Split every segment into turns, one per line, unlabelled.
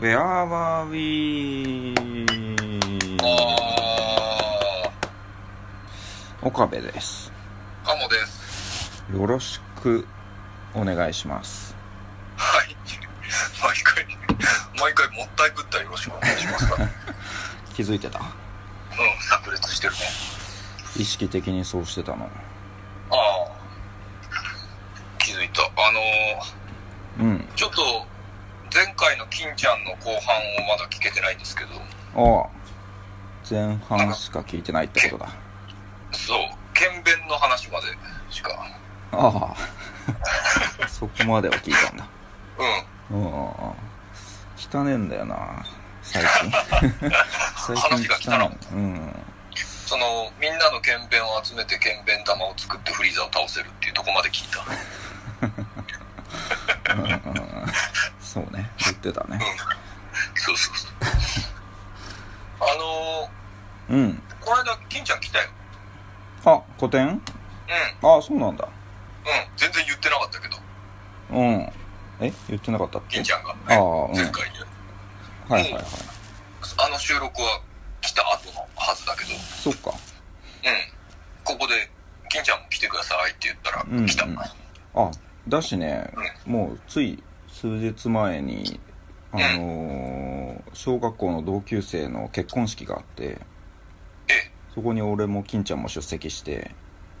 ラワーウィー
あ
岡部です
ー、かもです。
よろしくお願いします
はい。毎回、毎回もったいぶったよろしくお願いしますから。うん、
気づいてた
炸裂してるね。
意識的にそうしてたの
ああ、気づいた。あの
うん
ー、ちょっと、前回の金ちゃんの後半をまだ聞けてないんですけ
あ
ど、
あ前半しか聞いてないってことだ
そう、剣弁の話までしか。
ああ そこまでは聞いたんだ
うん。
うんうんうん汚ねえんだよな最 近
話が汚
いうん
その、みんなの剣弁を集めて剣弁玉を作ってフリーザを倒せるっていうとこまで聞いた。
うんうんうんそうね言ってたね
そうそうそう。あのー、
うん
この間、金ちゃん来たよ。
あ古典
うん。
ああそうなんだ
うん、全然言ってなかったけど、
うんえ言ってなかったっけ
金ちゃんが、
ああうん
前回に、
はいはいはい
あの収録は来た後のはずだけど、うん、
そっか
ここで、金ちゃんも来てくださいって言ったら、
うん
来た。
う
うんん、
あだしねもうつい数日前にあのー小学校の同級生の結婚式があって
え、
そこに俺も金ちゃんも出席して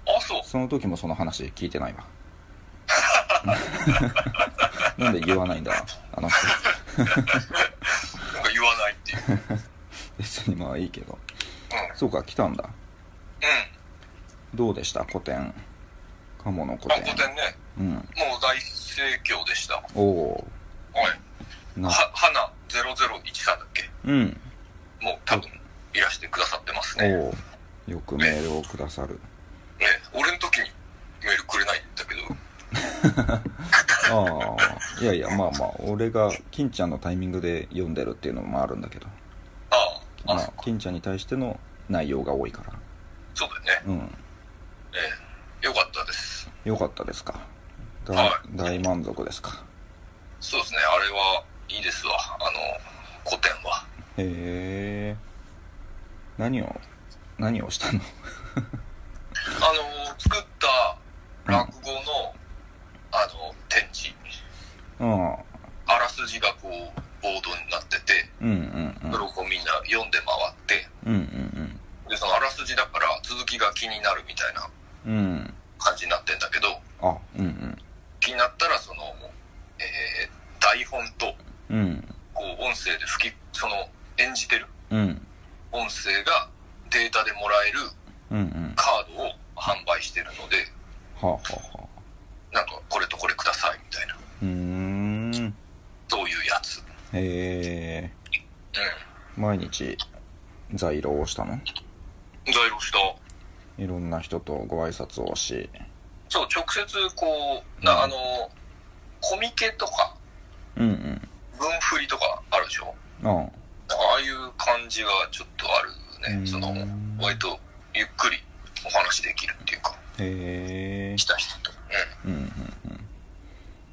あ、そう。
その時もその話聞いて ないわなんで言わないんだあの人
なんか言わないっていう。 うん。
別にまあいいけどそうか来たんだ
う
どうでした古典鴨の古
ん。あ、
典
古典ね、
うん
もう大盛況でした。は
おお
い。
ーな
は、花0013だっけ
うん
もう多分、いらしてくださってます
お
ね。
おーよくメールをくださる
ね、俺の時にメールくれないんだけど、
ああいやいやまあまあ俺が金ちゃんのタイミングで読んでるっていうのもあるんだけど
ああ、あ、
ま
そ
あ
うか
金ちゃんに対しての内容が多いから
そうだよね。
うん
ええ、よかったです。
よかったですかだ
は
大満足ですか
そうですね、あれはいいですわ、あの、古典は。
へえ何を何をしたの
あの、作った落語の、あの、展示、
ああ
あらすじがこう、ボードになってて、
うんうんう
それ
ん
をこうみんな読んで回って、
うんうん
で、そのあらすじだから続きが気になるみたいな
うんうん
感じになってんだけど、
あうんうん
気になったらその、えー台本と、
うん
こう、音声で吹き、その、演じてる
うん
音声がデータでもらえる
うんうん
カードを販売してるので、
はあはあはあ
なんかこれとこれくださいみたいな、
うーん
そういうやつ。
へえ
う
毎日在廊をしたの
ん。在庫した。
いろんな人とご挨拶をし
そう、直接こう、なあの、コミケとか、
うんうん
文振りとかあるでしょ
あ
なんかああいう感じがちょっとある
うん
ね。その、割とゆっくりお話できるっていうか、
あへえ
来た人と。う
うんうんう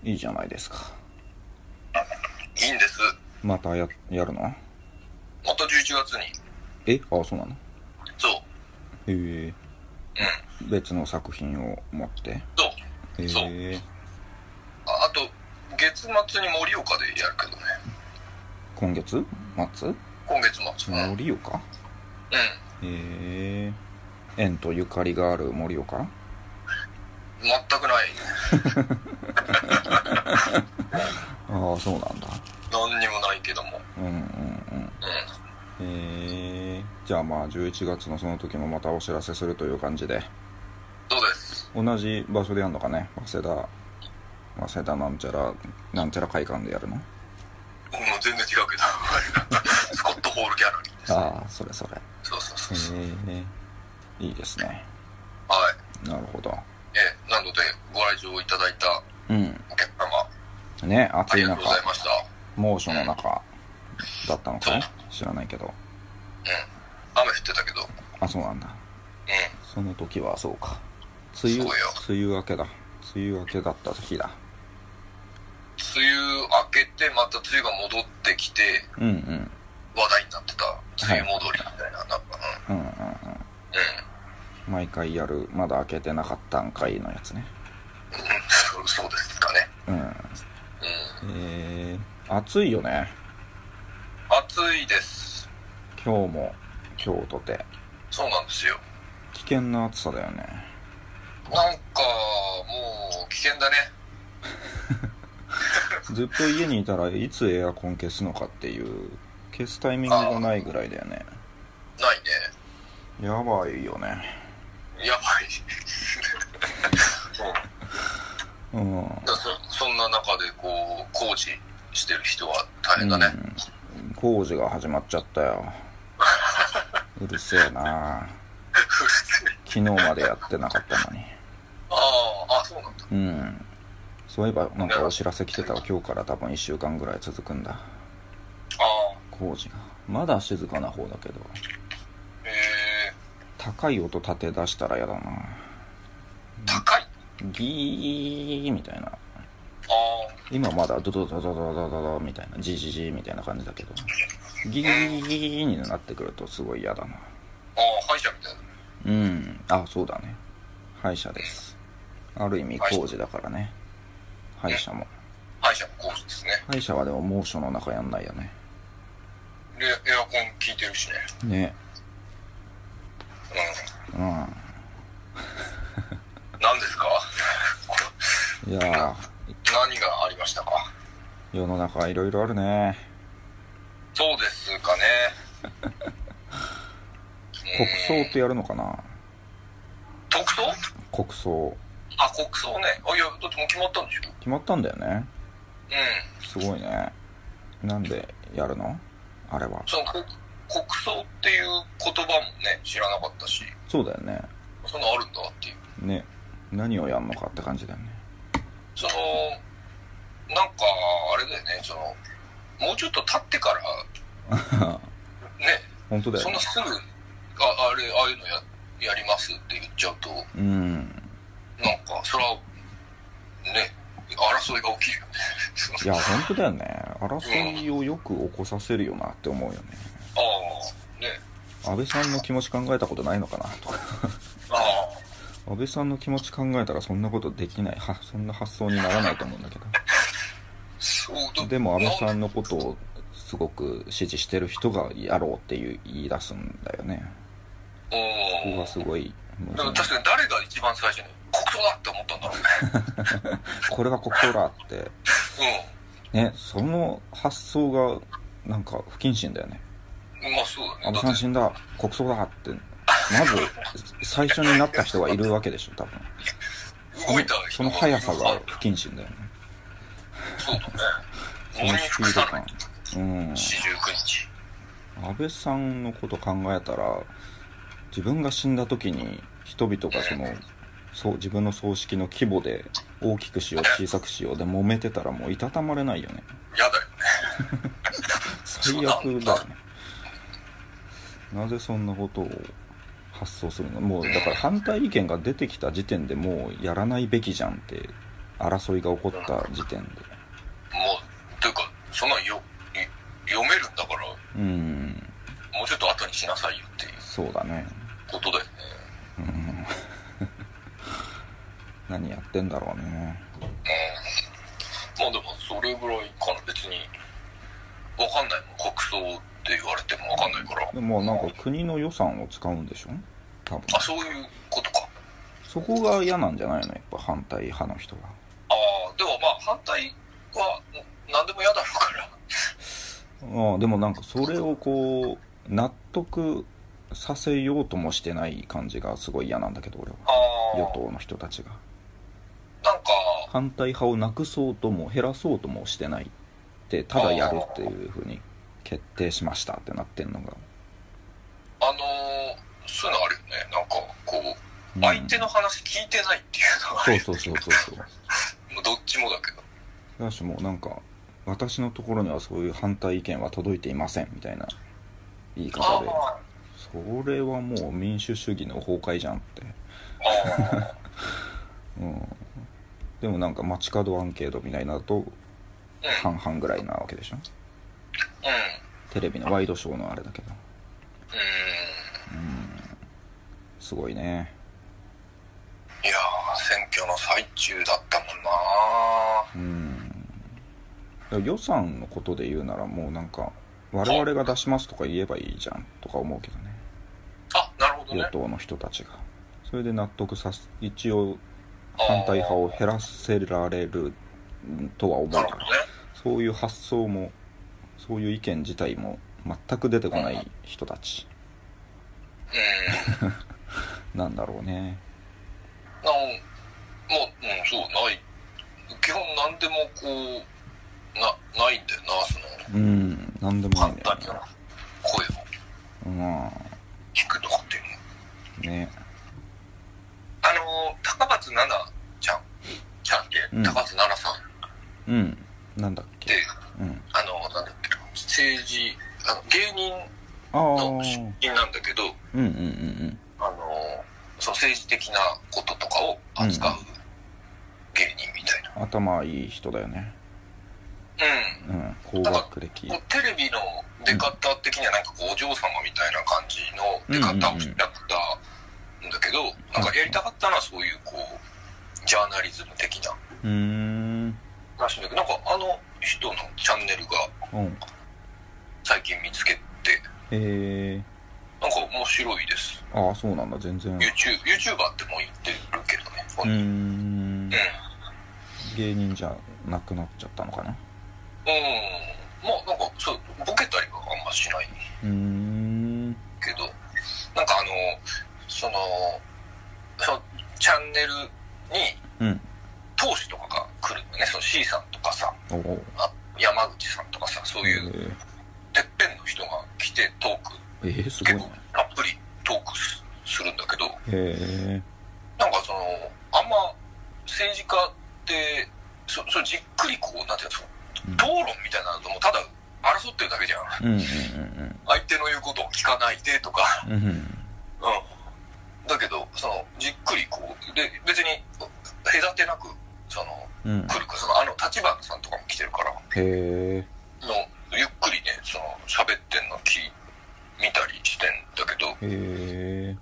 んいいじゃないですか
ん。いいんです。
またややるの
また11月に。
えあそうなの
そう。
へえ
うん。
別の作品を持って
そう。
へ
そう
え
ああと、月末に盛岡でやるけどね。
今月末
今月末。うん。うん。
盛岡へえ縁とゆかりがある盛岡
全くない。
ああそうなんだ
何にもないけども。
うんうんうん
うん。
へえじゃあまあ11月のその時もまたお知らせするという感じで
そうです。
同じ場所でやるのかね早稲田早稲田なんちゃらなんちゃら会館でやるの
僕も全然違うけど。スコットホールギャラリーです。
ああそれそれへ
そうそうそうそう。
えいいですね
はい。
なるほど
えー、なので、ご来場いただいた
うん
お客様、
ね
あ
暑
り
い
がとうござい
中
ました。
猛暑の中だったのかね知らないけど
雨降ってたけど、うん。
あそうなんだその時はそうか梅雨
そうよ
梅雨明けだ梅雨明けだった日だ
梅雨明けて、また梅雨が戻ってってきて
うんうん
話題になってた梅雨戻りみたいな、なんか
うんうんうん
うんうん
毎回やるまだ開けてなかったんかいのやつね
うん、 そうそうですかね。
うん
うん。
えー、暑いよね
暑いです。
今日も今日とて
そうなんですよ。
危険な暑さだよね
なんか、もう、危険だね。
ずっと家にいたらいつエアコン消すのかっていう消すタイミングがないぐらいだよね
ない
やばいよね
ね。やばい。 うん
うん
だそそんな中で、こう、工事してる人は大変だね。
うん、工事が始まっちゃったようるせえな昨日までやってなかったのに
ああ、あそうなんだ。
うんそういえばなんかお知らせ来てたわ今日から多分1週間ぐらい続くんだ
ああ、
工事がまだ静かな方だけど
へえ
高い音立て出したら嫌だな
高い。
ギーみたいな
ああ、
今まだドドドドドドドドみたいなジジジみたいな感じだけどギーになってくるとすごい嫌だな
ああ、歯医者みたいな。
うんあそうだね歯医者ですある意味工事だからね歯医者も
歯医者の工事ですね。
歯医者はでも猛暑の中やんないよね
で、エアコン効いてるしね。
ね
う
うん
ん。 何ですか
いや
何がありましたか
ー世の中いろいろあるね
そうですかね。
国葬ってやるのかな
特捜
国葬
あ、国葬ね。あ、いや、だってもう決まったんでしょ。
決まったんだよね
うん。
すごいねなんでやるのあれは
その、国国葬っていう言葉もね、知らなかったし、
そうだよね
そんなあるんだっていう。
ね何をやんのかって感じだよね
その、なんか、あれだよね、その、もうちょっと経ってから、 ね、
本当だよ
そん
ね
なすぐ、あ、あれ、ああいうのや、やりますって言っちゃうと、
うん
なんか、それは、ね、争いが起きるよね。
いや本当だよね争いをよく起こさせるよなって思うよね
ああ、
安
ね、
倍さんの気持ち考えたことないのかなとか
ああ。
安倍さんの気持ち考えたらそんなことできないはそんな発想にならないと思うんだけど
そうだ
でも安倍
な
さ
ん
んのことをすごく支持してる人がやろうっていう言い出すんだよねここ
うん
がすごい矛
だから
盾
確かに誰が一番最初に国葬だって思ったんだろうね
これが国葬だってねその発想がなんか不謹慎だよね
うんまあそうだ
安
ね
倍
だ
さん
って
死んだ国葬だってまず最初になった人がいるわけでしょ多分
動いた人が
その速さが不謹慎だよね
そうだね
そ
喪
の
に
スピ
服
ー
さ
ド
ない
感うん
四十九日
安倍さんのこと考えたら自分が死んだ時に人々がそのそう自分の葬式の規模で大きくしよう小さくしようで揉めてたらもういたたまれないよね
やだよね
最悪だよねなぜそんなことを発想するのもうだから反対意見が出てきた時点でもうやらないべきじゃんって争いが起こった時点で
もうというかそんなんよ読めるんだからも
うん
うちょっと後にしなさいよっていう
そうだね
ことだよね
うん何やってんだろうね
まあでもそれぐらいかな別にわかんないもん国葬って言われてもわかんないから
でもなんか国の予算を使うんでしょ多分
あそういうことか
そこが嫌なんじゃないのやっぱ反対派の人が
ああでもまあ反対は何でも嫌だろうから
ああでもなんかそれをこう納得させようともしてない感じがすごい嫌なんだけど俺は
あ
与
あ
党の人たちが
なんか
反対派をなくそうとも減らそうともしてないってただやるっていうふうに決定しましたってなってんのが、
あのーそういうのあるよねなんかこう
うん
相手の話聞いてないっていうのがあ
そ
る
うそうそうそうそう
もうどっちもだけど
だしもうなんか私のところにはそういう反対意見は届いていませんみたいな言い
あ
方で
あ
それはもう民主主義の崩壊じゃんって
ああ
うんでもなんか街角アンケートみたいなのだと
うん
半々ぐらいなわけでしょ
うん。
テレビのワイドショーのあれだけど
うん。
すごいね
いやー、選挙の最中だったもんな
うんだから予算のことで言うならもうなんか我々が出しますとか言えばいいじゃんとか思うけどね
あ、なるほどね
与。党の人たちがそれで納得さす一応反対派を減らせられるとは思う
な
か
るほど
ら
ね。
そういう発想もそういう意見自体も全く出てこない人たち
うん。
なんだろうね
なお、もう、うん、そう、ない。基本何でもこう、な、ないんだよな、その、
うんなんでもない
簡
んだ
単に
よ
声を
ねま
聞くとかっていうの。
あね
あのー、高松奈々ちゃん、ちゃんって、
うん
高松奈々さんっ
うんなんだっけ
て、
うん
あのー、なんだっけな、政治、あの、芸人
ああ
の出身なんだけど、
うんうんうん
あのー、そう、政治的なこととかを扱う芸人みたいな。
うん頭いい人だよね
うん。
うん高学歴
こうテレビの出方的にはなんかこうお嬢様みたいな感じの出方をしなくたんだけど、なんかやりたかったのはそういうこう、ジャーナリズム的な
うーん
らしいんだけど、なんかあの人のチャンネルが
うん
最近見つけて、
え
なんか面白いです。
ー、ああそうなんだ全然
YouTube、YouTuber ってもう言ってるけどね。
うーん
うん。
芸人じゃなくなっちゃったのかな
うん。まあなんかそう、ボケたりはあんましないう
ーん
けど、なんかあの、その、そのチャンネルに
うん
投資とかが来るのね。その C さんとかさ、
おお
あ山口さんとかさ、そう
え
いう
ー
てっぺんの人が来てトーク、
えー、すごい
結
ね
構たっぷりトークすするんだけど、
え
なんかその、あんま政治家って、そそれじっくりこう、なんていう
うん
の、討論みたいなのともただ争ってるだけじゃん。
ー、うんうん
相手の言うことを聞かないでとか、
うんうんうん
うん。だけど、その、じっくりこう、で、別に隔てなく、その、
うん
来るか、その、あの、立花さんとかも来てるから、
へえ
の、ゆっくりね、その、喋ってんの聞い見たりしてんだけど、
へえ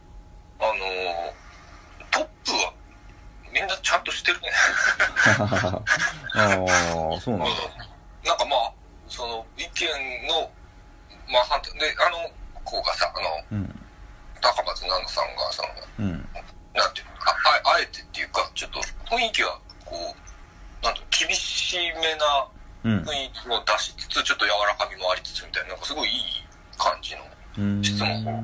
あのートップは、みんなちゃんとしてるね。
ああそう
う
なん
ん
だ。
なんかまあ、その、意見の、まあ、反対、で、あの子がさ、あの、
うん
高松菜奈さんが、その、
うん
なんていうのああ、あえてっていうか、ちょっと、雰囲気は、こう、なんていうの厳しめな
うん
雰囲気も出しつつ、ちょっと柔らかみもありつつみたいな、なんかすごいいい感じの、
うん
質問を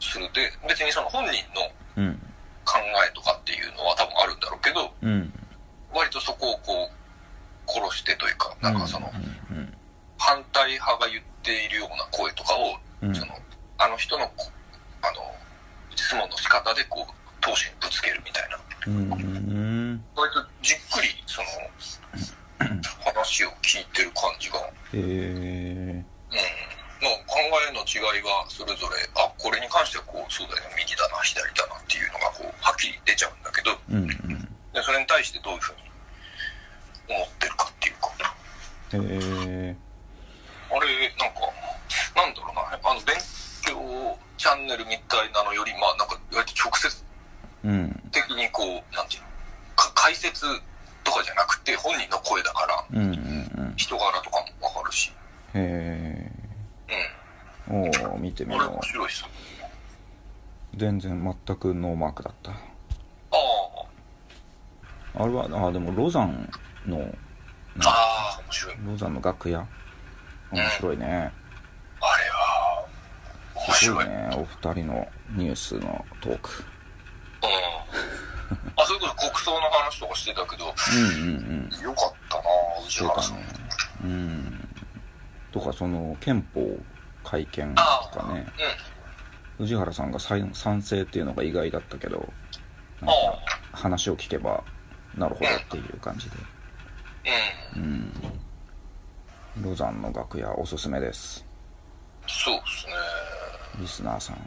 するで、別にその本人の
うん
考えとかっていうのは多分あるんだろうけど、
うん
割とそこをこう、殺してというか、なんかその、
うんうん
反対派が言っているような声とかを、
うん
その、あの人のこ、あの、質問の仕方でこう、投資にぶつけるみたいな。
うんうん
割とじっくり、その、話を聞いてる感じが、うん。
へえ
の考えの違いがそれぞれ、あ、これに関してはこう、そうだよね、右だな、左だなっていうのがこう、はっきり出ちゃうんだけど、
うんうん
でそれに対してどういうふうに思ってるかっていうか
へえ
あれなんかなんだろうなあの勉強チャンネルみたいなのよりまあなんか割と直接
うん
的にこうなんていうのか解説とかじゃなくて本人の声だから
うんうんうん
人柄とかもわかるし
へえ
う
おお見てみ
んあ
よ
れ面白いっす
う全然全くノーマークだった
ああ
あれはあでもロザンの
ああ面白い
ロザンの楽屋面白いね
あれは面
すご
白
い
いうん
ねお二人のニュースのトーク
あそれこそ国葬の話とかしてたけど
うんうんうん
よかったな
そう
宇原
だ
さん
ねうんとかその憲法改憲と
ああ
かね
うん
宇治原さんが賛賛成っていうのが意外だったけどなん
あ
か
あ
話を聞けばなるほどっていう感じで
うん
うんロザンの楽屋おすすめです
そうですね。
リスナーさん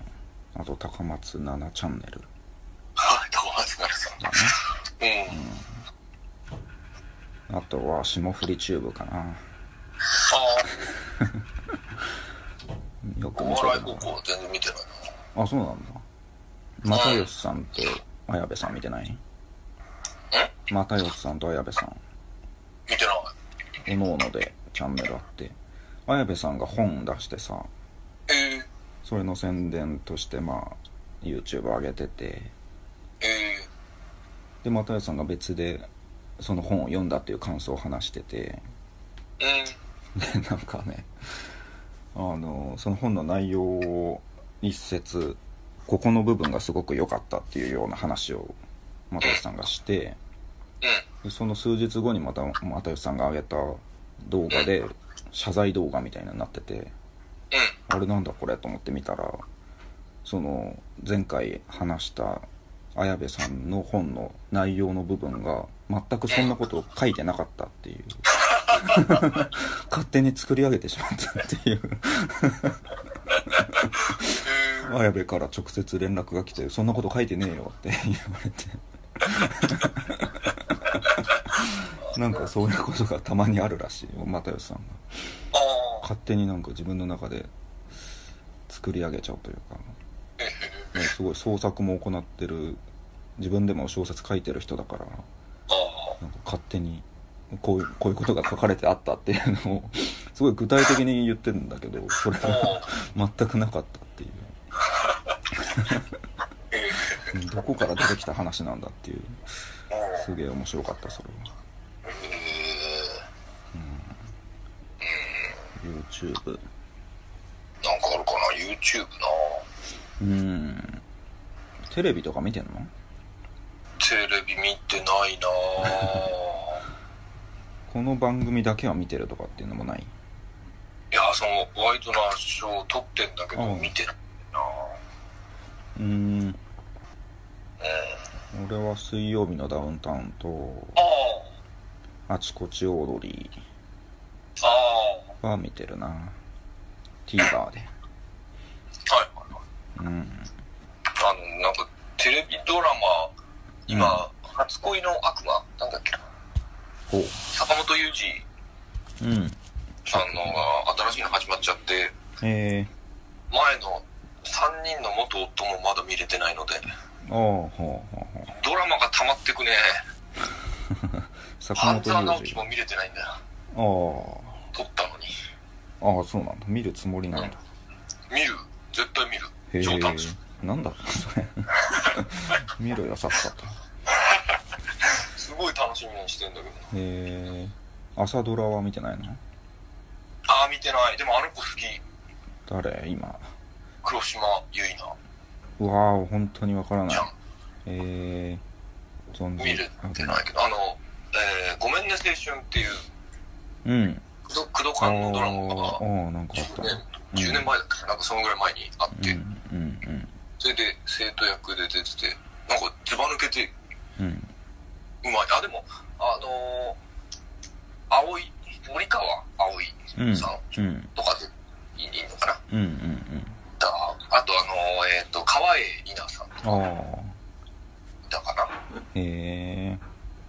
あと高松菜奈チャンネル
はい、高松成さん。うん。
あとは霜降りチューブかな
ああ。
いや
お
面白い
笑い
な
方向全然見てないな
あそうなんだ又吉さんと綾部さん見てない又吉さんと綾部さん
見てない
おのおのでチャンネルあって綾部さんが本出してさ
えー、
それの宣伝としてまあ YouTube 上げてて
えー、
で又吉さんが別でその本を読んだっていう感想を話してて
うん
でなんかねあのその本の内容を一節ここの部分がすごく良かったっていうような話を又吉さんがして
う
でその数日後にまた又吉さんが上げた動画で謝罪動画みたいなのになってて
んうん
あれなんだこれと思って見たらその前回話した綾部さんの本の内容の部分が全くそんなことを書いてなかったっていう勝手に作り上げてしまったっていう
え
綾部から直接連絡が来て「そんなこと書いてねえよ」って言われてなんかそういうことがたまにあるらしいよ又吉さんが
ー、ああ
勝手になんか自分の中で作り上げちゃうというか
えー、
ねすごい創作も行ってる自分でも小説書いてる人だから
あ
なんか勝手にこういうこういうことが書かれてあったっていうのをすごい具体的に言ってるんだけどそれ
あ
が
ああ
全くなかったっていう
え
うんどこから出てきた話なんだっていう
ー、ああ
すげえ面白かったそれは
えー、
YouTube
なんかあるかな YouTube な
うんテレビとか見てんの
テレビ見てないな
この番組だけは見てるとかっていうのもない
いやそのワイドナショー撮ってんだけど
うん
見てないな
うん
うん
俺は水曜日のダウンタウンと
あ
あちこちオードリー
あああ
は見てるな TVer で
はいはいはい
うん
あのなんかテレビドラマ今、初恋の悪魔なんだっけな
ほう
坂本雄二
うん
さんのが新しいの始まっちゃって
え
前の3人の元夫もまだ見れてないので
ー、ああほうほうほう
ドラマが溜まってくね
坂
半沢
本
直
龍
樹も見れてないんだよ
二
撮ったのに
ああああそうなんだ見るつもりなんだ
見る絶対見
へ
る
え
上達する
なんだったそれ 見ろよさっさと
すごい楽しみにしてんだけど
へえ朝ドラは見てないの
ああ見てないでもあの子好き
誰今
黒島結菜
うわあ本当にわからない
じゃん
えー、存
見
じ
れてないけどあの、えーごめんね青春」っていう
うん
工藤工藤
あ
館のドラマ
あ
が
ああなんかあった
10年
うん
10年前だっけなんかそのぐらい前にあって、
うんうん
それで生徒役で出ててなんかずば抜けて
うんうん
うまいあでもあのー、葵森川葵
うん
さん
うん
とかでいいのかな、
うんうんうん
だあとあのーえっ、と川栄里奈さん
ああ
だかな
へえ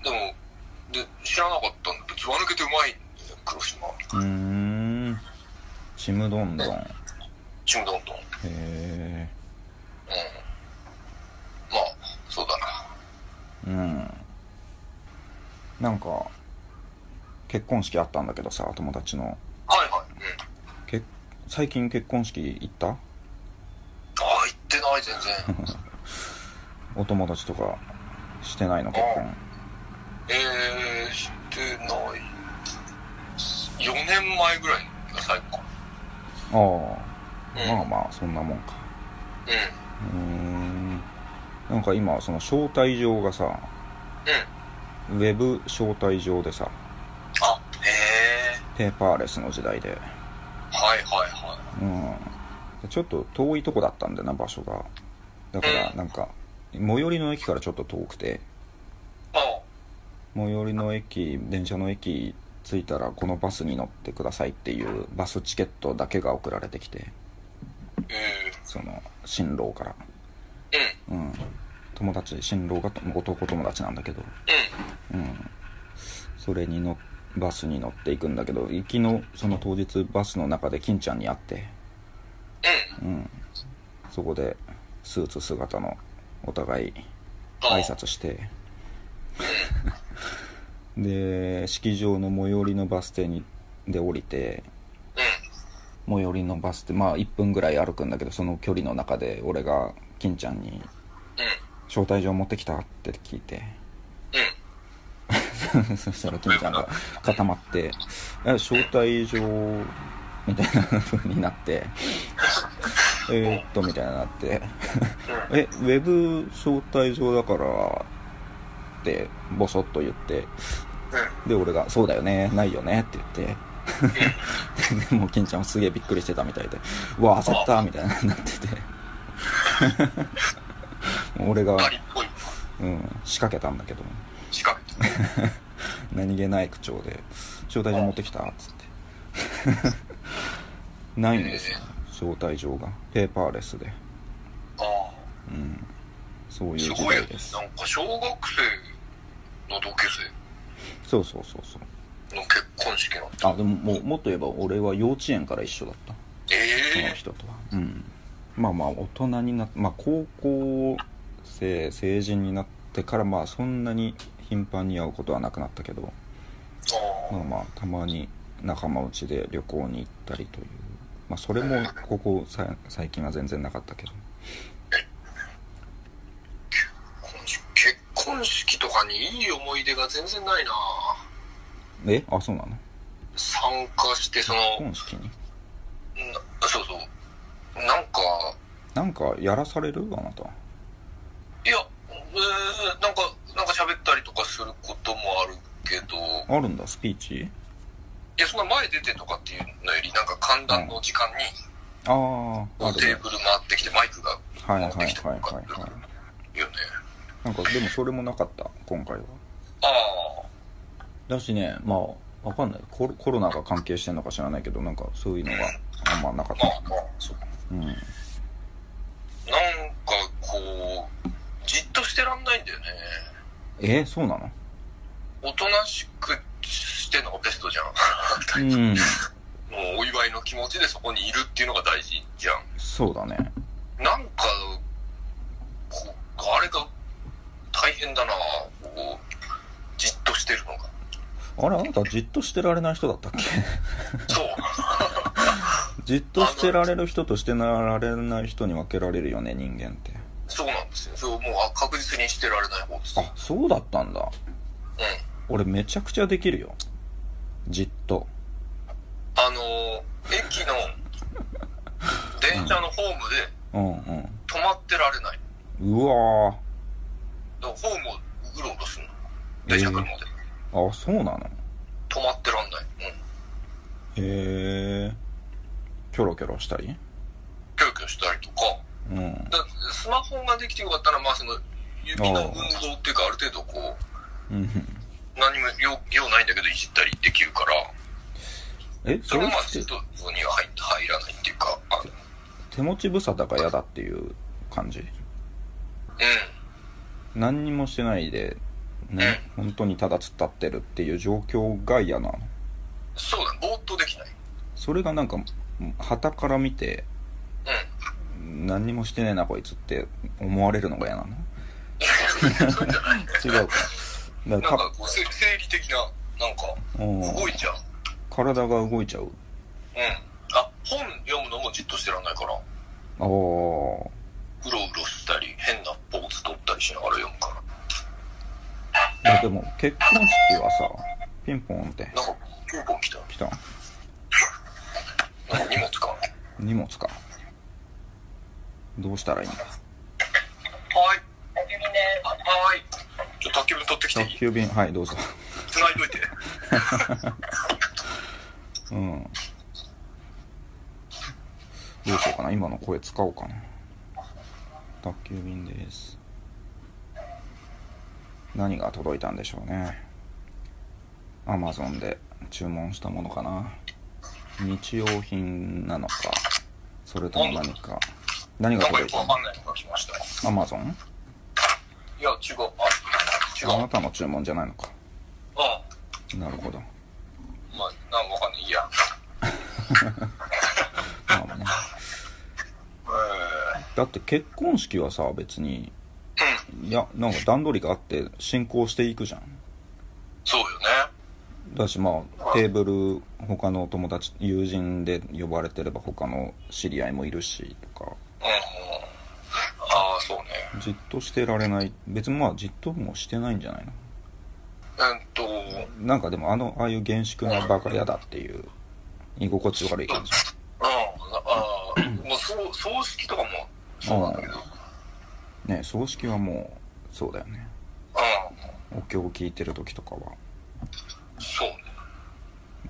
でもで知らなかったんだけどずば抜けてうまいんだよ黒島
うーんちむどんどんへ
ちむどんどんうん
え
まあそうだな
うんなんか結婚式あったんだけどさ友達の
はいはいう
け
ん
最近結婚式行った
ああ行ってない全然
お友達とかしてないの結婚
えー、してない4年前ぐらいが最後か
あ
な
あまあまあそんなもんか
うんうん
うーんなんか今その招待状がさウェブ招待状でさ
あへえ
ペーパーレスの時代で、
はいはいは
うん、ちょっと遠いとこだったんだよな場所がだからなんか最寄りの駅からちょっと遠くて
いあ
最寄りの駅電車の駅着いたらこのバスに乗ってくださいっていうバスチケットだけが送られてきて
え
その新郎から、
ー、うん
うん、友達新郎が男友達なんだけど
うん
うん、それにのバスに乗っていくんだけど行きのその当日バスの中で金ちゃんに会ってうん、そこでスーツ姿のお互い挨拶してで式場の最寄りのバス停にで降りて
う
最寄りのバス停まあ1分ぐらい歩くんだけどその距離の中で俺が金ちゃんに
ん、うん、
「招待状持ってきた?」って聞いて
うん。
そしたら金ちゃんが固まって「え招待状」みたいな風になって「えーっと」みたいになって「えウェブ招待状だから」ってボソッと言って
う
で俺が「そうだよねないよね」って言って。でもう金ちゃんはすげえびっくりしてたみたいで「うわ焦った」みたいになってて俺が
ん。ガリっぽい
うん、仕掛けたんだけど
仕掛けてる。
何気ない口調で「招待状持ってきた?」っつって ないんですよ招待状がペーパーレスで
ああ。
うんそういう
す
時
ごいよ
代
ね。
です
なんか小学生の同級
そうそうそうそう
生の結婚式の。
あでももうもっと言えば俺は幼稚園から一緒だったその
ええ
人とはうんまあまあ大人になってまあ高校生成人になってからまあそんなに頻繁に会うことはなくなったけど
あ
まあまあたまに仲間内で旅行に行ったりというまあそれもここさ最近は全然なかったけど
あ。結婚式とかにいい思い出が全然ないな
えあそうなの
参加して、その、
本式に
なそうそう。なんか、
なんかやらされるあなた
いや、えー、なんか、なんか喋ったりとかすることもあるけど、
あるんだスピーチ
いや、そんな前出てとかっていうのより、なんか寒暖の時間に、
ああある
テ
ね
ーブル回ってきて、マイクが
はいはいは
回って
い
きてとか
は
っ
い
て
はい
いうよね。
なんかでもそれもなかった今回は
あ
だしねまあわかんないコロコロナが関係してんのか知らないけどなんかそういうのがあんまなかっ
あ、ま
た
あまあ、そう。
うん
なんかこう、じっとしてらんないんだよね。
えそうなの
おとなしくしてんのがベストじゃん。
うん
もうお祝いの気持ちでそこにいるっていうのが大事じゃん。
そうだね
なんか、こう、あれが大変だなこう、じっとしてるのが。
あれあなたじっとしてられない人だったっけ
そう。
じっとしてられる人としてられない人に分けられるよね人間って
そうなんですよ。そう、もうあ確実にしてられない方です。うん。
あそうだったんだ俺めちゃくちゃできるよじっと
あのー駅の、電車のホームで
うん
止まってられない。
うんうわ
だからホームをうろうろするの。電車来るまで。
ーあそうなの
止まってらんない。う
へ
ん。
えキョロキョロしたり
キョロキョロしたりとか。
うん
だスマホができてよかったら、まあその、指の運動っていうか、ある程度こう、
うん
何も用用ないんだけど、いじったりできるから、
え
そ
そ
れ
れ
は
っ
まあ、ちょってとには入入らないっていうか、あの
手持ち無沙汰が嫌だっていう感じ
う
何にもしてないでね本当にただ突っ立ってるっていう状況が嫌なの
ん。そうだね、ぼーっとできない。
それがなんか旗から見て
うん。
何にもしてねえなこいつって思われるのが嫌なの
いやそうじゃない。
違うかだ
なん
か
からこう、せ生理的な、なんか、
か、うん、
動いちゃう。
体が動いちゃう
うん。あ、本読むのもじっとしてらんないから、う
ああ
ろうろしたり、変なポーズ取ったりしながら読むから。
いやでも結婚式はさピンポンって
なんか、ピンポン来た。
来た
なんか荷物か。はい。
荷物かどうしたらいいの
はい。ちょっと宅急便取ってきてい
宅
い
急便はいどうぞ
繋いどいて。
うんどうしようかな今の声使おうかな宅急便です何が届いたんでしょうね Amazon で注文したものかな日用品なのかそれとも何か何が
なんか
届い
よく
た
わ
の
かんないのが来ました。い
Amazon?
や、違
あ
う。あ、違う。う。
なんたの注文じゃないのか
ま
なるほど
あ、なんかわかんない。いいや。
まあねだって結婚式はさ別にいやなんか段取りがあって進行していくじゃん
そうよね。
だしまあテーブル他の友達友人で呼ばれてれば他の知り合いもいるしとか
うんうん。ああ、そうね。
じっとしてられない別にまあじっともしてないんじゃないの
うんと、
なんかでもあのああいう厳粛な場が嫌だっていう居心地悪い感じ
うん、ああ、もうそう、葬式とかもそうなんだけど。うん。
ね葬式はもうそうだよねお経を聞いてる時とかは
そうね。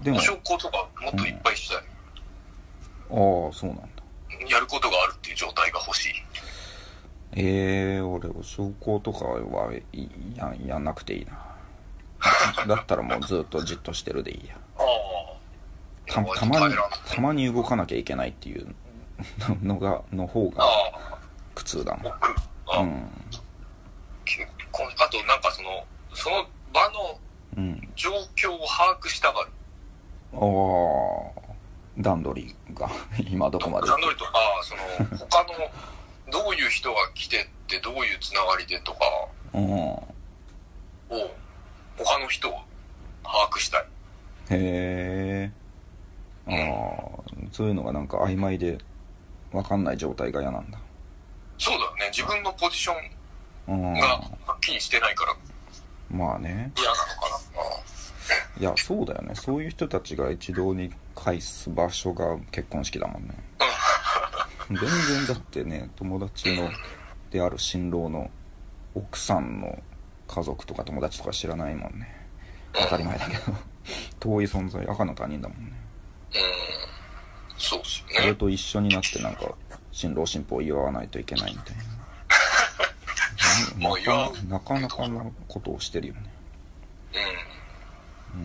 でも
お焼香とかもっといっぱいしたい。
ああそうなんだ
やることがあるっていう状態が欲しい。
ええ俺お焼香とかはいややんなくていいなだったらもうずっとじっとしてるでいいや
ああ。
たたまに
あ
たまに動かなきゃいけないっていうのがの方が
あ、
苦痛だな
僕、あ、
うん
結婚、あとなんかその、その場の
うん
状況を把握したがる。
ああ段取りが 今どこまで
段取りとか、その、他の、どういう人が来てって、どういうつながりでとか
うんへ
を、他の人を把握したい。
えああそういうのがなんか曖昧で分かんない状態が嫌なんだ
そうだよね。自分のポジション
うん
がはっきりしてないから
まあね
嫌なのかな。
いやそうだよねそういう人たちが一堂に会す場所が結婚式だ もんね全然だってね友達のである新郎の奥さんの家族とか友達とか知らないもんね当たり前だけど遠い存在赤の他人だもんね
うん。そうっすよ
それ
ね。
と一緒になってなんか新郎新婦を祝わないといけないみたいな
まあ祝う
なかなかなかなことをしてるよね
うん。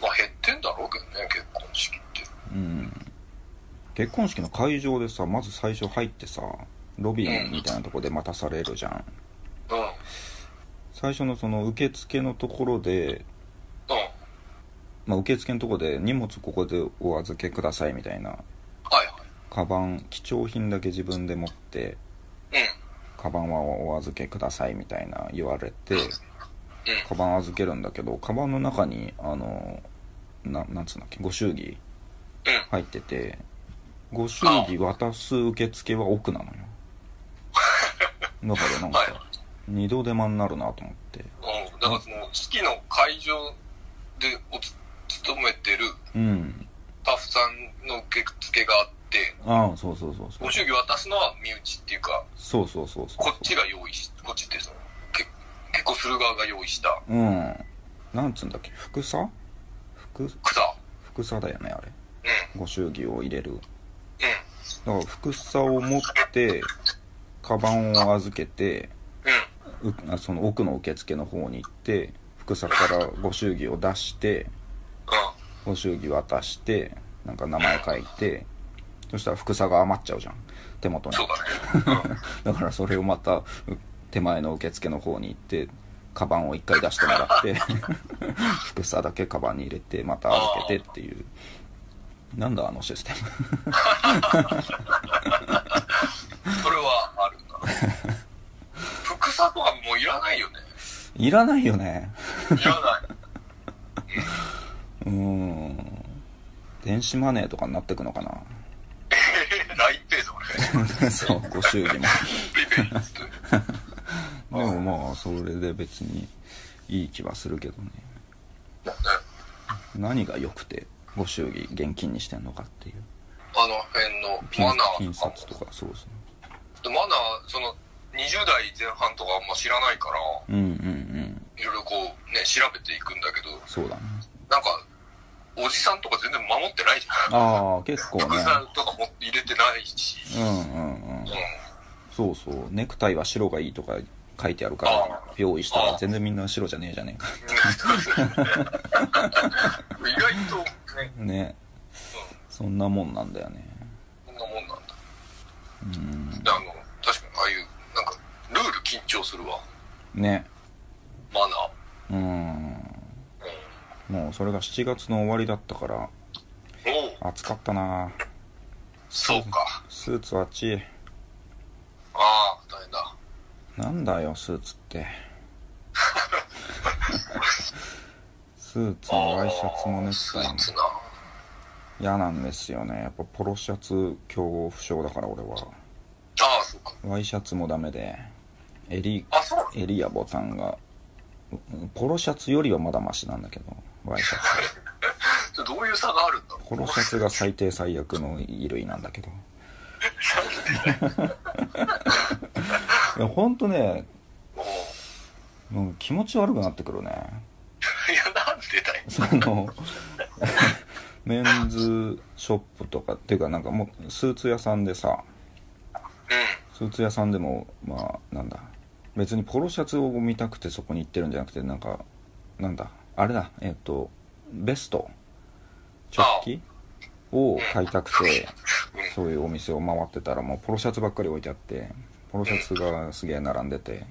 まあ減ってんだろうけどね、結婚式って。
うん結婚式の会場でさまず最初入ってさロビーみたいなとこで待たされるじゃん
うん。うん。
最初のその受付のところで、
はい
まあ、受付のところで荷物ここでお預けくださいみたいな
はい。
カバン貴重品だけ自分で持って
うん。
カバンはお預けくださいみたいな言われて
うん。
カバン預けるんだけどカバンの中にあのななんつうんだっけご祝儀
うん。
入っててご祝儀渡す受付は奥なの よだからなん
はい
か二度手間になるなと思って
うん。だからその、式の会場でおつ勤めてる
うん
スタッフさんの受付があって、
ああそうそうそうそう
ご祝儀渡すのは身内っていうか、
そうそうそうそう
こっちが用意し、こっちってその、け結婚する側が用意した
うんなんつうんだっけ副差副
草。
副差だよねあれ
うん。
ご祝儀を入れる
う
だから副差を持ってカバンを預けて
ん。うん。
うあその奥の受付の方に行って副差からご祝儀を出して
う
ご祝儀渡してなんか名前書いてそしたら副差が余っちゃうじゃん手元
ん。
に
そうだね。うん。
だからそれをまたう手前の受付の方に行ってカバンを一回出してもらって 副差だけカバンに入れてまた預けてっていうなんだあのシステム
それはあるな。副作とかもういらないよね。
いらないよね
いらない。
うーん電子マネーとかになってくのかな
LINE ペイだ俺。
そうご祝儀も
プリペイっつって。
でもまあそれで別にいい気はするけどね
ね
何が良くてご祝儀現金にしてんのかっていう
あの辺の
ピン
マナー
金
とか
札とかそうですね
も。マナー、その、20代前半とかあんま知らないから、
うんうんうん
いろいろこうね、調べていくんだけど、
そうだね
なんか、おじさんとか全然守ってないじゃん。
ああ結構ね
副作とかも入れてないし。
うんうんうん
うん。
そうそうネクタイは白がいいとか書いてあるか
あ
ら用意した
あ
ら全然みんな白じゃねえじゃねえか
意外とね、
ねそんなもんなんだよね
こんなもんなんだ。
うん
であの確かにああいうなんかルール緊張するわ
ね
マナー
うんもうそれが7月の終わりだったから
うんおう
暑かったな
そうか
スーツはあっちなんだよスーツってスーツもワイシャツもネク
ス
タイも
ーツな
嫌なんですよねやっぱポロシャツ競合不詳だから俺は
ああそうか
ワイシャツもダメで襟
あそう
襟やボタンがうんポロシャツよりはまだマシなんだけどワイシャツ
それどういう差があるんだろう
ポロシャツが最低最悪の衣類なんだけどいやほんとね
おう
もう気持ち悪くなってくるね
いやなんでだよ
そのメンズショップとかっていうかなんかもうスーツ屋さんでさ
う
スーツ屋さんでもまあなんだ別にポロシャツを見たくてそこに行ってるんじゃなくてなんかなんだあれだえっ、とベスト直帰を買いたくてそういうお店を回ってたらもうポロシャツばっかり置いてあってポロシャツがすげえ並んでて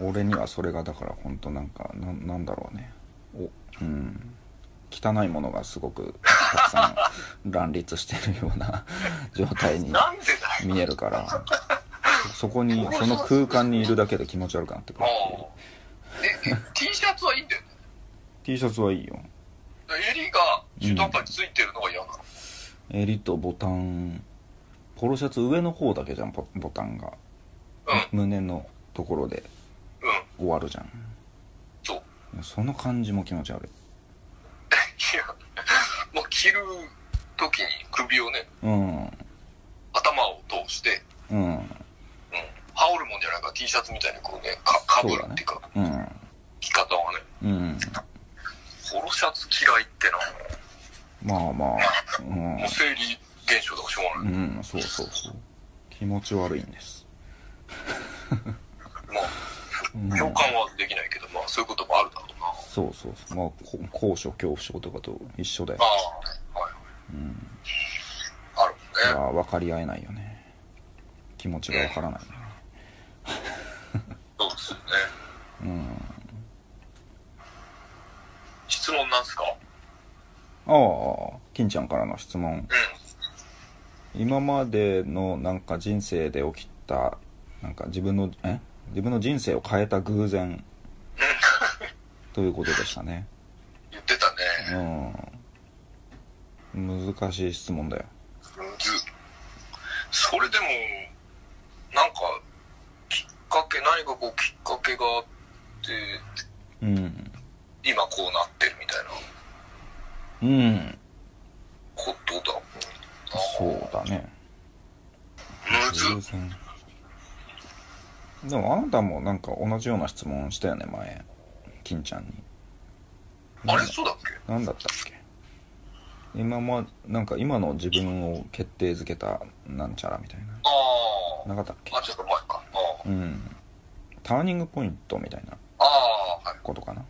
俺にはそれがだから本当なんかなんなんだろうねおうん汚いものがすごくたくさん乱立してるような状態に
んなんでだよ
見えるからそそこにその空間にいるだけで気持ち悪くなってくる
おう ええ T シャツはいいんだよね
T シャツはいいよ
襟が中途半端についてるのが嫌なの、
襟とボタンポロシャツ上の方だけじゃんボボタンが
う
胸のところで
んう
終
ん
わるじゃん
そう
その感じも気持ち悪い
いやもう着る時に首をね
うん
頭を通して、
うん
うん、羽織るもんじゃないから T シャツみたいにこうねかかぶるっていうか
うん
着方はね
うん
ポロシャツ嫌いってな
まあまあ
もう生理現象とかしょうが
う
ない、
ん、うん、そうそうそう気持ち悪いんです、
ま
うん
あ、共感はできないけど、まあそういうこともあるだろうな
そうそうそうまあこ高所恐怖症とかと一緒だよ
ああはい、ある
いや
もんね
分かり合えないよね気持ちが分からないね
そうですよね
うん
質問なんすか
ああ金ちゃんからの質問
う
今までのなんか人生で起きたなんか自分のえ自分の人生を変えた偶然
んうん
ということでしたね
言ってたね
うん難しい質問だよ
むずそれでもなんかきっかけ何かこうきっかけがあって
うん
今こうなってるみたいな
うん
ことだもん
そうだね
むず
偶然でもあなたもなんか同じような質問したよね前金ちゃんに
あれそうだっけ
何だったっけ今まなんか今の自分を決定づけたなんちゃらみたい
あ
ななかったっけ
ああちょっと前かあ
うんターニングポイントみたいな
あああはい
ことかな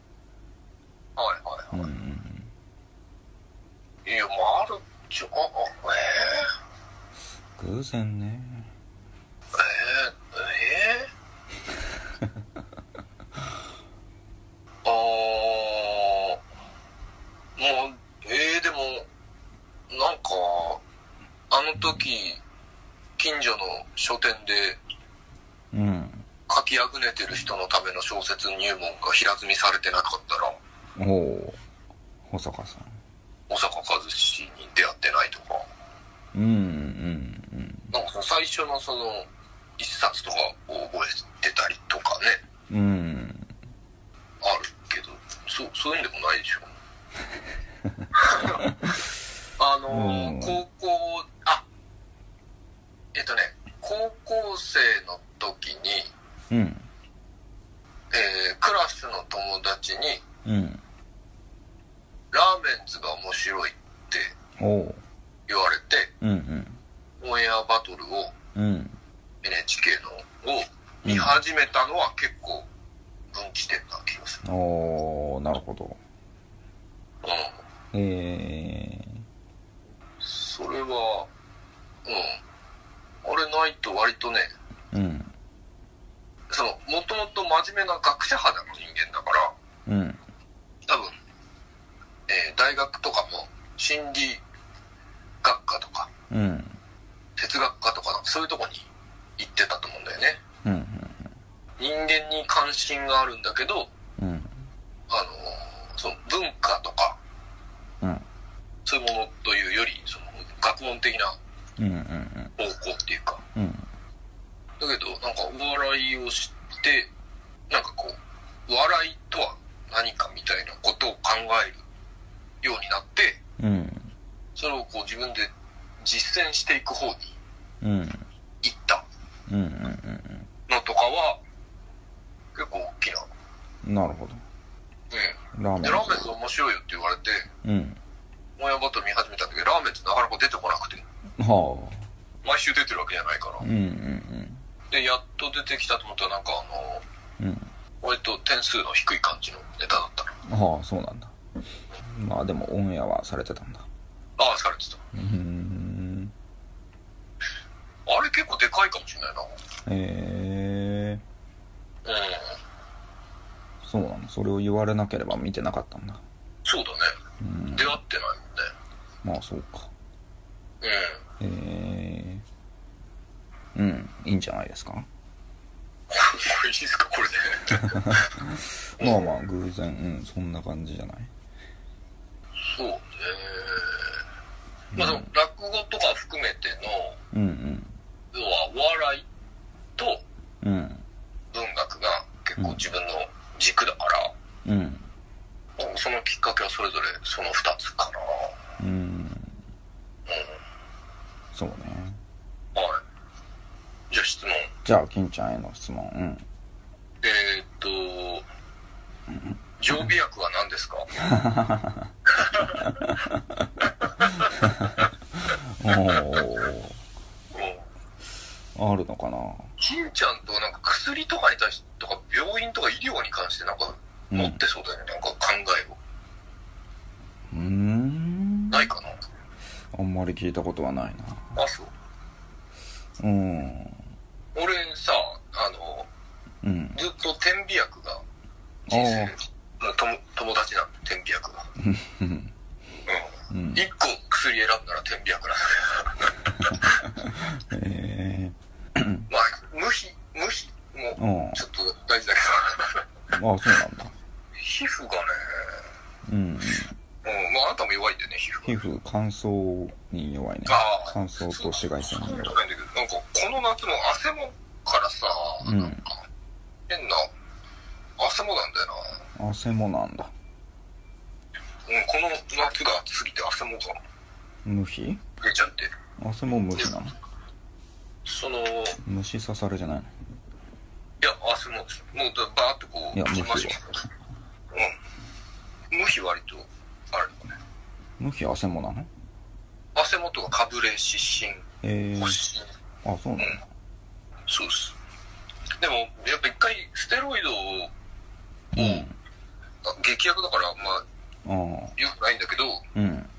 はいはいは
う
い
んうんうん
いや、もうあるっちゃ、あ、あ、え
偶然ね
ー、えー、えー、あー、もう、えー、でも、なんか、あの時、近所の書店で
うん
書きあぐねてる人のための小説入門が平積みされてなかったら、
おお保坂さん
小坂和志に出会ってないとか、
うんうんうん
なんかその最初のその、一冊とかを覚えてたりとかね。
うん
あるけどそうそういうんでもないでしょ あの、
うん
高校あえっとね高校生の時に、
うん
えークラスの友達に
うん
「ラーメンズが面白い」って
おお
言われて
うんうん
オンエアバトルを
うん
NHK のを見始めたのは結構分岐点な気がする、
おおなるほど
うん、
え
それはうんあれないと割とね
ー、うん
そのもともと真面目な学者肌の人間だから
うん
多分、えー大学とかも心理学科とか
うん
哲学科とかそういうとこに行ってたと思うんだよね
うんうん
があるんだけど、
うん
あの、その文化とか、
うん
そういうものというより、その学問的な
うんうんうん
方向っていうか、
うん
だけど、なんかお笑いを知って、なんかこう、笑いとは何かみたいなことを考えるようになって、
うん
それをこう自分で実践していく方に
うんうん
行った
うんうん
のとかは、結構大きな。
うんなるほど
う
ラー
ん。
メ
で、
ン
ラーメンズ面白いよって言われて、
うん
モヤバト見始めたんだけど、ラーメンズなかなか出てこなくて、
は
毎週出てるわけじゃないか
あ
ら
う。んうん
で、やっと出てきたと思ったら、なんかあの、
うんうん
割と点数の低い感じのネタだったの。
はあそうなんだまあでもオンエアはされてたんだ
ああ、疲れてた。
うーん
あれ結構でかいかもしれないな。
え
うん。
ー、そうなのそれを言われなければ見てなかったんだ
そうだね。
うん
出会ってない
まあそうか
もんね。
えー、うんいいんじゃないですか
うん。これいいですか、これで。
まあまあ偶然うんそんな感じじゃない
そうね。まあでも、落語とか含めての、
うん
要はお笑いと
うんうん
文学が結構自分の軸だから、
うん
そのきっかけはそれぞれその2つかな。
うんそうね
はい。じゃあ質問。
じゃあ金ちゃんへの質問うん
えー、っと、常備薬は何ですか
おおあるのかな
金ちゃんとなんか薬とかに対してとか病院とか医療に関してなんか
うん
持ってそうだよね、なんか考えを
うーん
ないかな
あんまり聞いたことはないな
あそう
うん
俺さあの
うん
ずっと点鼻薬が人生の友友達なんで点鼻薬が
うん
う
うん
ん1個薬選んだら点鼻薬なん
え
だまあ無比無比
ー、う
も
んあ
ちょっと大事だ
そうなんだ
けど 皮膚が
うん
ねうんまああんたも弱いんだよね皮膚
皮膚乾燥に弱いね
ああ
乾燥と紫外線
そ
に
うじゃ
弱い
ないんだけどなんかこの夏も汗もからさ、
うん
なんか変な汗もなんだよな、
汗もなんだ
うん、この夏が暑すぎて汗もが
無比
出ちゃって
汗も無比なの
そのいや
虫刺されじゃないの
汗もですもうだバーッとこう
いや
きましょううん無比割とあれだね
無比汗もなの
汗もとかかぶれ湿疹
え
発
ー、
疹
あそうなんだ
そうですでもやっぱ一回ステロイドを
う
あ劇薬だからまあ
んああ
よくないんだけど
うん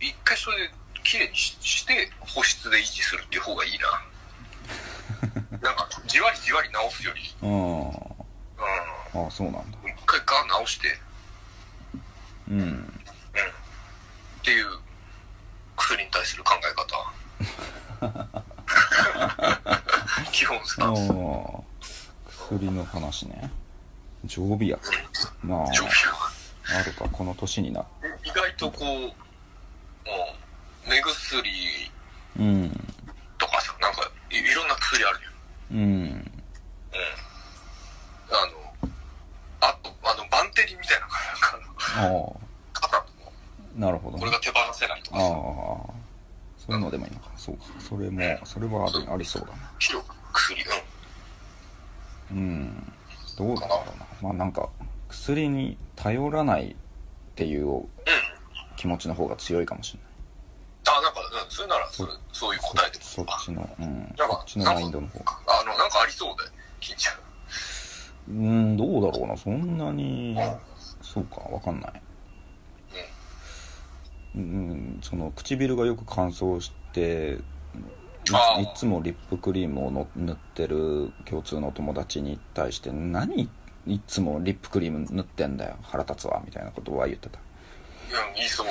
一回それで綺麗にしして保湿で維持するっていう方がいいななんかじわりじわり直すより
あー
う
あーそうなんだ
ん一回ガン直してっ
うん
ていう薬に対する考え方基本ス
あ
タンス
あ薬の話ね常備薬まあ
常備は
あるかこの年にな
意外とこう、うん、目薬
うん
とかさなんかいいろんな薬あるよ
うん
あのあとあのバンテリンみたいな感じ
あ
肩の
あなるほど
これが手放せないと
ああ
かさ
そういうのでもいいのかそうかそれもそれはありありそうだな
広く薬うん
うんどうなんだろうなまあなんか薬に頼らないっていう
うん
気持ちの方が強いかもしれない
あなんか、うん、それならそれそういう答えで
そ
も
っちのうん
なん
そ
か
っちのマインドの方が
あのなんかありそうだよね金ちゃん
うんどうだろうなそんなにそうかわかんないうんその唇がよく乾燥してい
あー
いつもリップクリームをの塗ってる共通の友達に対して「何いつもリップクリーム塗ってんだよ腹立つわ」みたいなことは言ってた
うん言いそう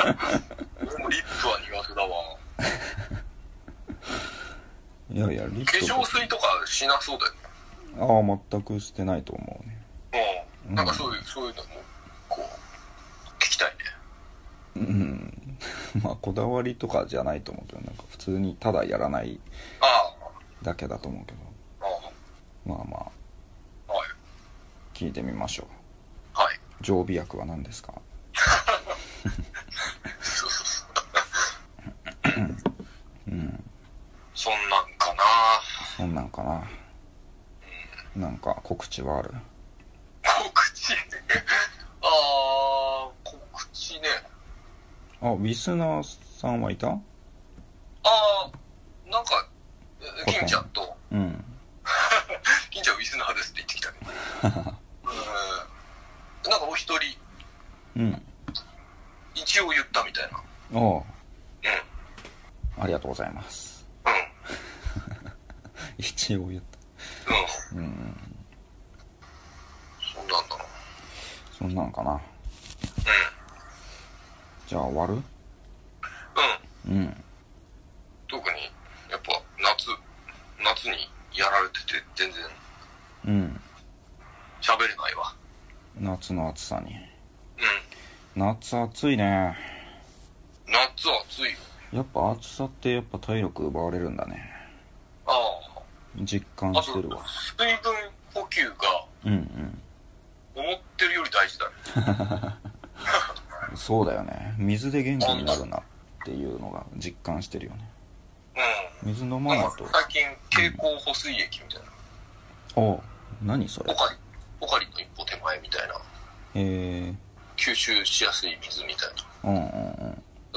俺もリップは苦手だわ
いやいやリッ
化
プ
粧水とかしなそうだよね
あああ全くしてないと思うね
うん、なんかそういう、そういうのも、こう、聞きたいね。
うん まあこだわりとかじゃないと思うけどなんか普通にただやらない
あ
だけだと思うけど
あ、あ
まあまあ
あ、はい。
聞いてみましょ
はい。
う常備薬は何ですか
そうそうそう。
うん
そんなんかな
そんなんかななんか告知はある
告知ね。ああ、告知ね。
あウィスナーさんはいた
ああ、なんか、
答え
金ちゃんと、
うん
金ちゃんウィスナーですって言ってきたけど。うん。なんかお一人、
うん
一応言ったみたいな。
あ
う
あありがとうございます
ん。うん。
一応言った
うん。
うん
そんなんだろう。
そんなんかなじゃあ終わる
うん。うん。
うん
特に、やっぱ、夏、夏にやられてて、全然
うん
喋れないわ。
夏の暑さに
うん。
夏暑いね
夏は暑いよ。
やっぱ暑さってやっぱ体力奪われるんだね
あ
実感
あ。あと、
し
水
て
分
るわ
補給が、
うんうん
思ってるより大事だね。
そうだよね水で元気になるなっていうのが実感してるよね
うん。
水飲まない
なん
と
か最近、蛍光補水液みたいな。
おう何それ
オカリ、オカリの一歩手前みたいな。
え
吸収しやすい水みたい
ー、うんうん
な。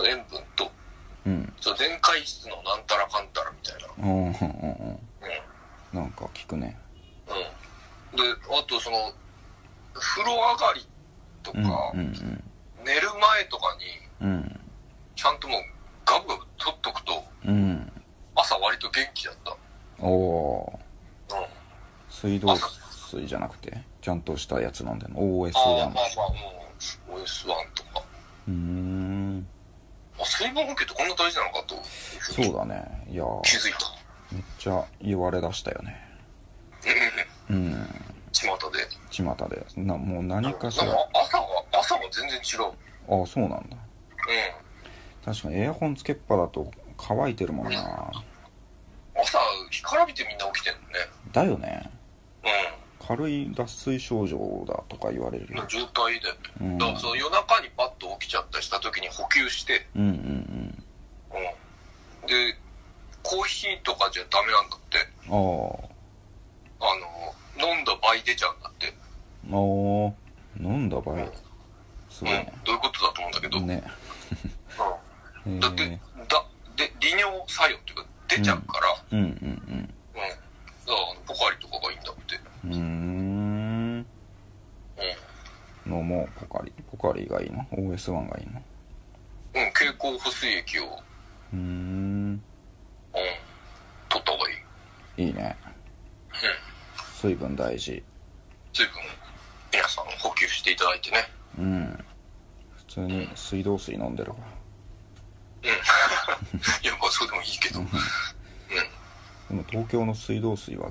塩分と、
うん
その電解質のなんたらかんたらみたいな。
うんうんうんうん
うん。
うんなんか聞くね
うん。で、あとその、風呂上がりとか、
うんうん
寝る前とかに、
うんうん
ちゃんともうガブガブ取っとくと、
うん
朝割と元気だった。
おおー
うん。
水道水じゃなくてちゃんとしたやつ飲んでんの OS1
ああ、まあまあ、もう、OS1 とか。
うーん
あ、水分補給ってこんな大事なのかと、
そうだねいやー
気づいた。
めっちゃ言われだしたよねうん
巷で。
巷でなもう何かしら
なんか朝は、朝は全然違う。うん。
ああそうなんだ確かにエアコンつけっぱだと乾いてるもんな
朝、干からびてみんな起きてるのね。
だよね
うん。
軽い脱水症状だとか言われるよ
の状態で、
うん
だからその夜中にパッと起きちゃったりした時に補給して、
うんうん
うん、でコーヒーとかじゃダメなんだって
うんあ
あの飲んだ倍出ちゃうんだって、
あああ飲んだ場合す
うん
ごいね
どういうことだと思うんだけど、
ねえ
うん、だって、
ー
だで利尿作用っていうか出ちゃうから、う
う
ん
んうん
だからあのポカリとかがいいんだって、
うんうーん
う
飲もうポカリポカリがいいの OS1 がいいの
んうん、蛍光補水液を、うん、
うーん
取った方がいい
いいね水分大事
随分皆さん補給していただいてね
うん普通に水道水飲んでるわ
うんいやまあそうでもいいけどうん
でも東京の水道水は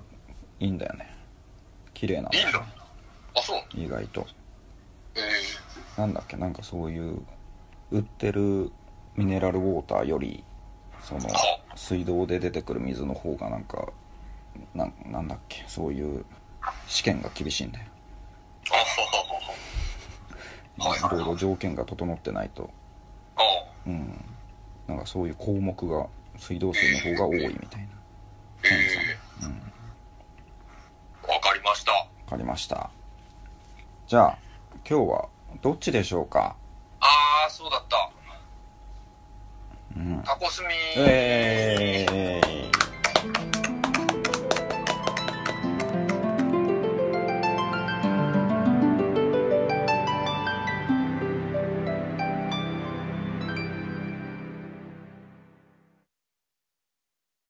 いいんだよね綺麗なんだ
いいんだあそう
意外と
え
なんだっけなんかそういう売ってるミネラルウォーターよりその水道で出てくる水の方がなんかなんなんだっけそういう試験が厳しいんだよ
ー、ああはい
いろいろ条件が整ってないと
あ
うんなんかそういう項目が水道水の方が多いみたいな
ええーわかりました
わかりましたじゃあ今日はどっちでしょうか
ああそうだった
うん
タコスミ
えー